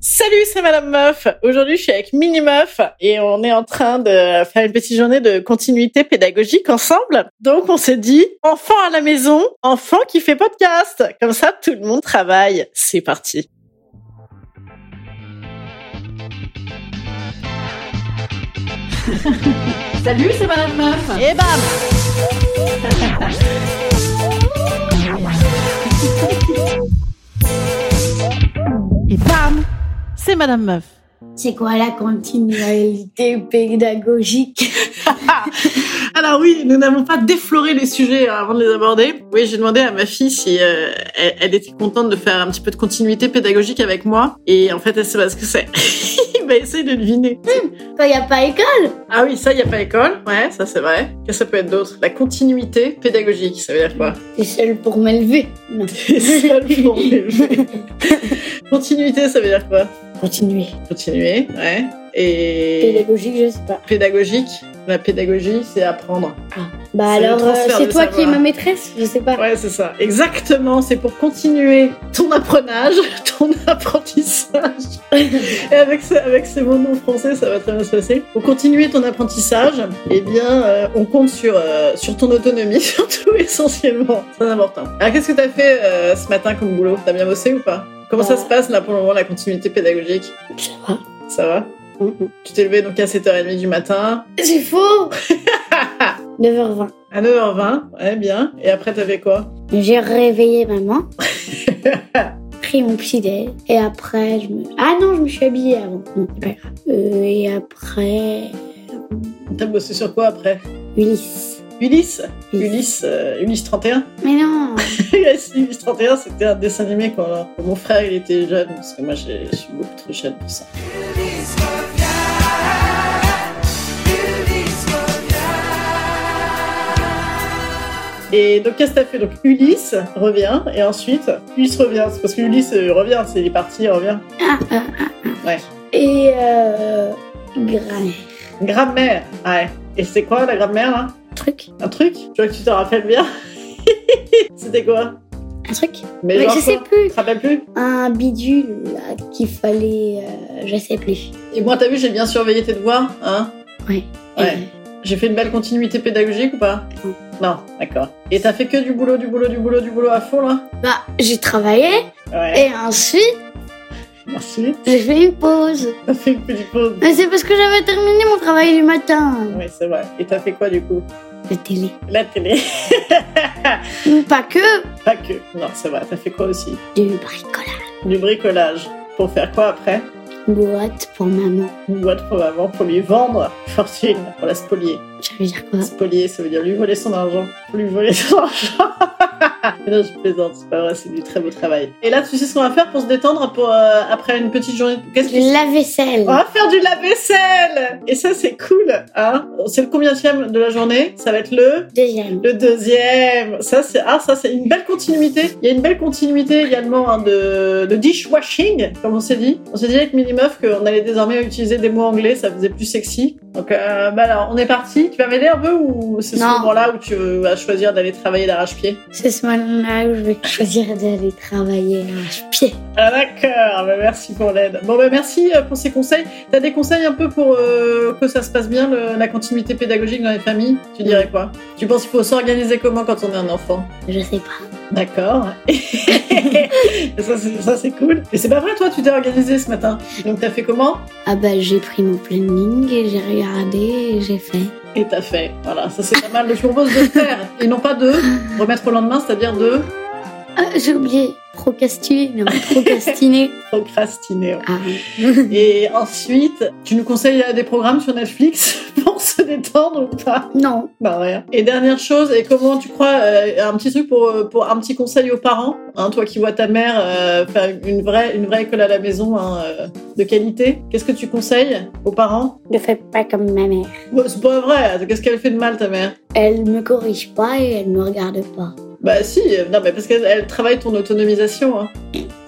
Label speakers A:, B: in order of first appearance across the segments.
A: Salut, c'est Madame Meuf. Aujourd'hui, je suis avec Mini Meuf et on est en train de faire une petite journée de continuité pédagogique ensemble. Donc, on s'est dit enfant à la maison, enfant qui fait podcast. Comme ça, tout le monde travaille. C'est parti.
B: Salut, c'est Madame Meuf.
A: Et bam. Et bam. C'est Madame Meuf.
C: C'est quoi la continuité pédagogique
A: Alors oui, nous n'avons pas défloré les sujets hein, avant de les aborder. Oui, j'ai demandé à ma fille si euh, elle, elle était contente de faire un petit peu de continuité pédagogique avec moi. Et en fait, elle sait pas ce que c'est. bah, essaye de deviner.
C: Quand il n'y a pas école
A: Ah oui, ça, il n'y a pas école. Ouais, ça c'est vrai. Qu'est-ce que ça peut être d'autre La continuité pédagogique, ça veut dire quoi
C: T'es seule pour m'élever. Non.
A: T'es seule pour m'élever. Continuité, ça veut dire quoi
C: Continuer.
A: Continuer, ouais. Et
C: Pédagogique, je sais pas.
A: pédagogique, la pédagogie, c'est apprendre.
C: Bah
A: C'est le
C: alors, euh,
A: transfert
C: c'est
A: de
C: toi qui es
A: savoir.
C: ma maîtresse Je sais pas.
A: Ouais, c'est ça. Exactement. C'est pour continuer ton apprenage, ton apprentissage. Et avec, ce- avec ces mots non français, ça va très bien se passer. Pour continuer ton apprentissage, eh bien, euh, on compte sur, euh, sur ton autonomie, surtout essentiellement. C'est important. Alors, qu'est-ce que t'as fait euh, ce matin comme boulot T'as bien bossé ou pas Comment ça
C: Ouais.
A: se passe là pour le moment, la continuité pédagogique
C: Ça va.
A: Ça va
C: Mhm.
A: Tu t'es levé donc à 7h30 du matin.
C: C'est faux 9h20.
A: À 9h20, ouais, bien. Et après, t'as fait quoi
C: J'ai réveillé maman, pris mon petit déj et après je me... Ah non, je me suis habillée avant. Non, c'est pas grave. Euh, et après...
A: T'as bossé sur quoi après
C: Ulysse.
A: Ulysse Ulysse, euh, Ulysse 31
C: Mais non
A: Yes, Ulysse 31, c'était un dessin animé quand mon frère il était jeune, parce que moi j'ai- je suis beaucoup trop jeune pour ça. Et donc, qu'est-ce que t'as fait Donc, Ulysse revient, et ensuite, Ulysse revient. C'est parce que Ulysse euh, revient, c'est il est parti, il revient.
C: Ah, ah, ah, ah.
A: Ouais.
C: Et... Euh... Granit.
A: Grammaire, ouais. Et c'est quoi la grammaire, là
C: Truc
A: Un truc Je vois que tu te rappelles bien. c'était quoi
C: Un truc
A: Mais
C: Mais
A: genre
C: je sais
A: quoi
C: plus.
A: Tu te rappelles plus
C: un bidule là, qu'il fallait. euh, je sais plus.
A: Et moi, t'as vu, j'ai bien surveillé tes devoirs, hein
C: Ouais.
A: Ouais. J'ai fait une belle continuité pédagogique ou pas
C: Non.
A: Non, d'accord. Et t'as fait que du boulot, du boulot, du boulot, du boulot à fond là
C: Euh, bah, j'ai travaillé
A: Ouais.
C: et ensuite
A: Merci.
C: j'ai fait une pause.
A: T'as fait une petite pause.
C: Mais c'est parce que j'avais terminé mon travail du matin.
A: Oui, c'est vrai. Et t'as fait quoi du coup
C: La télé.
A: La télé.
C: Mais Pas que
A: pas que. Non, c'est vrai. T'as fait quoi aussi
C: du bricolage.
A: Du bricolage. Pour faire quoi après
C: Boîte pour maman.
A: Une boîte pour maman, pour lui vendre fortune, pour la spolier.
C: Ça veut dire quoi
A: Spolier, ça veut dire lui voler son argent. Lui voler son argent. non, je plaisante, c'est pas vrai, c'est du très beau travail. Et là, tu sais ce qu'on va faire pour se détendre pour, euh, après une petite journée. de- Qu'est-ce que
C: La vaisselle.
A: On va faire du lave-vaisselle Et ça, c'est cool, hein C'est le combienième de la journée Ça va être le...
C: Deuxième.
A: Le deuxième Ça, c'est... Ah, ça, c'est une belle continuité Il y a une belle continuité également hein, de... de dishwashing, comme on s'est dit. On s'est dit avec Minimeuf qu'on allait désormais utiliser des mots anglais, ça faisait plus sexy. Donc, euh, bah alors, on est parti. Tu vas m'aider un peu ou c'est ce
C: Non.
A: moment-là où tu vas choisir d'aller travailler d'arrache-pied
C: C'est ce moment-là où je vais choisir d'aller travailler à pied.
A: Ah d'accord, bah, merci pour l'aide. Bon bah merci euh, pour ces conseils. T'as des conseils un peu pour euh, que ça se passe bien, le- la continuité pédagogique dans les familles Tu dirais quoi Tu penses qu'il faut s'organiser comment quand on est un enfant
C: Je sais pas.
A: D'accord. Et ça, c'est, ça, c'est cool. Et c'est pas vrai, toi, tu t'es organisé ce matin. Donc, t'as fait comment
C: Ah bah j'ai pris mon planning et j'ai regardé et j'ai fait.
A: Et t'as fait. Voilà, ça, c'est pas mal. Je vous propose de le faire. Et non pas de remettre au lendemain, c'est-à-dire de
C: Ah, j'ai oublié. Procrastiner, non, procrastiner.
A: procrastiner.
C: Ah,
A: Et ensuite, tu nous conseilles euh, des programmes sur Netflix pour se détendre ou pas
C: non.
A: Bah rien. Et dernière chose, et comment tu crois euh, un petit truc pour, euh, pour un petit conseil aux parents, hein, toi qui vois ta mère euh, faire une vraie une vraie école à la maison hein, euh, de qualité. Qu'est-ce que tu conseilles aux parents
C: Ne fais pas comme ma mère.
A: Bah, C'est pas vrai. Qu'est-ce qu'elle fait de mal ta mère
C: Elle me corrige pas et elle me regarde pas.
A: Bah si, euh, non mais parce qu'elle elle travaille ton autonomisation. hein.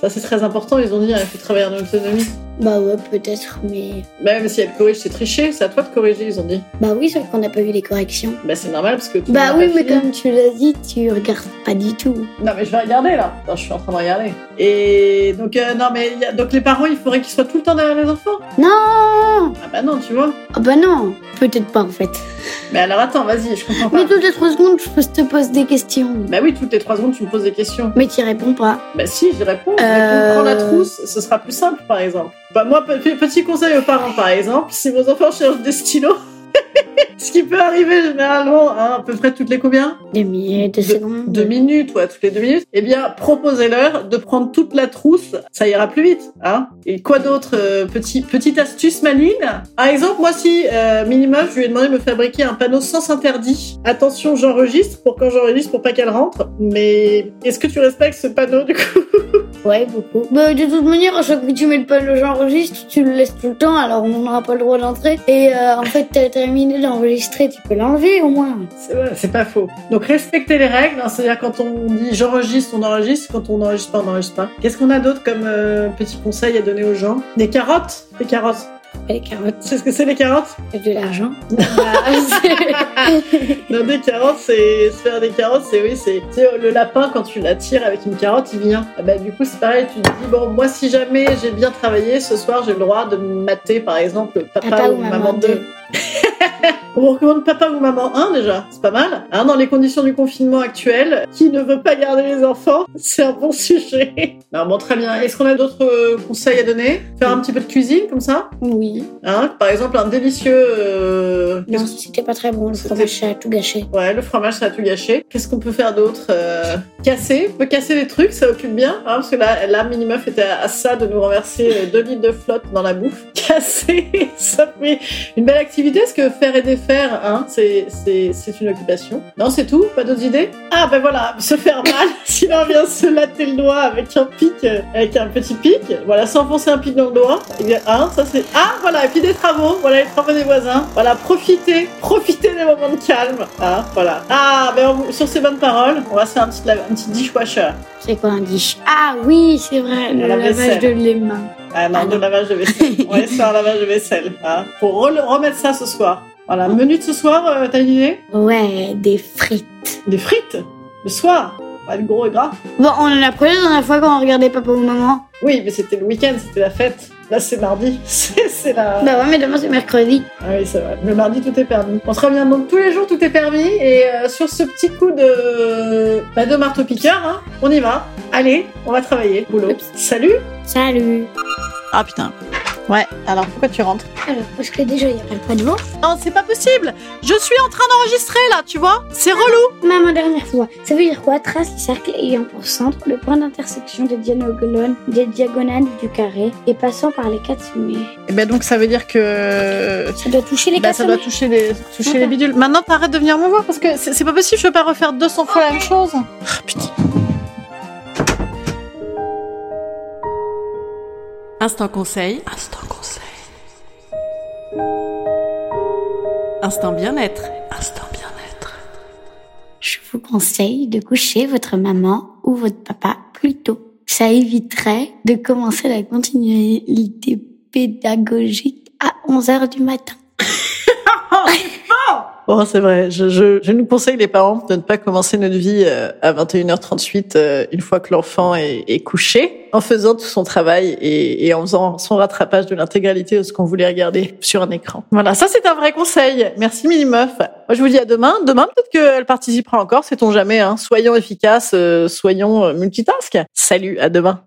A: Ça c'est très important. Ils ont dit hein, il faut travailler en autonomie.
C: Bah ouais, peut-être, mais.
A: Même si elle corrige, c'est tricher. C'est à toi de corriger. Ils ont dit.
C: Bah oui, sauf qu'on n'a pas vu les corrections.
A: Bah c'est normal parce que. tout le
C: Bah
A: monde a
C: oui,
A: pas
C: mais
A: fini.
C: comme tu l'as dit, tu regardes pas du tout.
A: Non mais je vais regarder là. Attends, je suis en train de regarder. Et donc euh, non mais il y a- donc les parents il faudrait qu'ils soient tout le temps derrière les enfants.
C: Non
A: Ah bah non tu vois.
C: Ah Bah non Peut-être pas en fait.
A: Mais alors attends vas-y je comprends pas.
C: Mais toutes les trois secondes, je peux- je te pose des questions.
A: Bah oui toutes les trois secondes tu me poses des questions.
C: Mais t'y réponds pas.
A: Bah si je réponds. Je
C: Euh.
A: réponds, Prends la trousse ce sera plus simple par exemple. Bah moi pe- pe- petit conseil aux parents par exemple si vos enfants cherchent des stylos. Ce qui peut arriver généralement, hein, à peu près toutes les combien
C: Deux minutes, deux
A: Deux-
C: secondes.
A: Deux minutes, ouais, toutes les deux minutes. Eh bien, proposez-leur de prendre toute la trousse, ça ira plus vite, hein. Et quoi d'autre, euh, petit, petite astuce maline Par exemple, moi, si euh, Minimeuf, je lui ai demandé de me fabriquer un panneau sans interdit. Attention, j'enregistre pour quand j'enregistre, pour pas qu'elle rentre. Mais est-ce que tu respectes ce panneau du coup
C: Ouais, beaucoup. Bah, de toute manière, à chaque fois que tu mets le panneau j'enregistre, tu le laisses tout le temps, alors on n'aura pas le droit d'entrer. Et euh, en fait, t'as terminé d'enregistrer, tu peux l'enlever au moins.
A: C'est vrai, C'est pas faux. Donc respectez les règles, hein, c'est-à-dire quand on dit j'enregistre, on enregistre, quand on n'enregistre pas, on n'enregistre pas. Qu'est-ce qu'on a d'autre comme euh, petit conseil à donner aux gens Des carottes Des carottes.
C: Pas les carottes,
A: Tu sais ce que c'est les carottes
C: c'est de l'argent. Bah, c'est-
A: Non, des carottes, c'est se faire des carottes, c'est oui, c'est tu sais, le lapin quand tu l'attires avec une carotte, il vient. Ah Bah, du coup, c'est pareil, tu te dis bon, moi si jamais j'ai bien travaillé ce soir, j'ai le droit de mater par exemple papa,
C: Papa
A: ou maman 2. On vous recommande papa ou maman 1 déjà, c'est pas mal. Hein, dans les conditions du confinement actuel, qui ne veut pas garder les enfants, c'est un bon sujet. Non, bon, très bien. Est-ce qu'on a d'autres euh, conseils à donner Faire un petit peu de cuisine comme ça
C: Oui.
A: hein, Par exemple, un délicieux. euh, qu'est-ce
C: Non, c'était pas très bon, le
A: C'était-
C: fromage ça a tout gâché.
A: Ouais, le fromage, ça a tout gâché. Qu'est-ce qu'on peut faire d'autre Euh, Casser. On peut casser des trucs, ça occupe bien. hein, parce que là, là Minimeuf était à ça de nous renverser euh, deux litres de flotte dans la bouffe. Casser, ça fait une belle activité. Parce que faire et défaire, hein, c'est- c'est c'est une occupation. Non, c'est tout Pas d'autres idées Ah, ben voilà, se faire mal. si l'on vient se latter le doigt avec un pic, euh, avec un petit pic. Voilà, s'enfoncer un pic dans le doigt. Eh bien, hein, ça c'est... Ah, voilà, et puis des travaux. Voilà, les travaux des voisins. Voilà, profitez. Profitez des moments de calme. Ah, voilà. Ah, ben on- sur ces bonnes paroles, on va se faire un petit, lave- un petit dishwasher.
C: C'est quoi un dish Ah oui, c'est vrai, le
A: La
C: lavage
A: vaisselle.
C: de les mains.
A: Ah non,
C: Ah,
A: de
C: non.
A: lavage de vaisselle. on va se faire un lavage de vaisselle. Hein, pour re- remettre ça ce soir. Voilà, menu de ce soir, euh, t'as une idée
C: Ouais, des frites.
A: Des frites Le soir Pas de gros et gras
C: Bon, on en a pris la dernière fois quand on regardait Papa ou Maman.
A: Oui, mais c'était le week-end, c'était la fête. Là, c'est mardi. C'est c'est la...
C: Bah ouais, mais demain c'est mercredi.
A: Ah oui, c'est vrai. Le mardi, tout est permis. On se revient donc tous les jours, tout est permis. Et euh, sur ce petit coup de, bah, de marteau-piqueur, hein, on y va. Allez, on va travailler. Boulot.
C: Oups.
A: Salut
C: Salut
A: Ah putain. Ouais, alors pourquoi tu rentres
C: Alors, parce que déjà, il n'y a pas le panneau.
A: Non, c'est pas possible Je suis en train d'enregistrer, là, tu vois C'est relou
C: Même la dernière fois, ça veut dire quoi Trace les cercles ayant pour centre le point d'intersection des diagonales, des diagonales du carré et passant par les quatre sommets.
A: Et ben donc, ça veut dire que...
C: Ça doit toucher les
A: Bah,
C: quatre
A: ça doit
C: sommets
A: toucher les, toucher
C: D'accord.
A: les bidules. Maintenant, t'arrêtes de venir me voir parce que c'est c'est pas possible, je peux pas refaire 200 fois la même chose. Ah, putain.
D: Instant conseil. Instant conseil. Instant bien-être. Instant bien-être.
C: Je vous conseille de coucher votre maman ou votre papa plus tôt. Ça éviterait de commencer la continuité pédagogique à 11h du matin.
A: Oh, c'est fort Bon, c'est vrai. Je, je, je nous conseille les parents de ne pas commencer notre vie euh, à 21h38 euh, une fois que l'enfant est, est couché, en faisant tout son travail et, et en faisant son rattrapage de l'intégralité de ce qu'on voulait regarder sur un écran. Voilà, ça c'est un vrai conseil. Merci Minimoff. Moi je vous dis à demain. Demain peut-être qu'elle participera encore, sait-on jamais. Hein. Soyons efficaces, euh, soyons euh, multitask. Salut, à demain.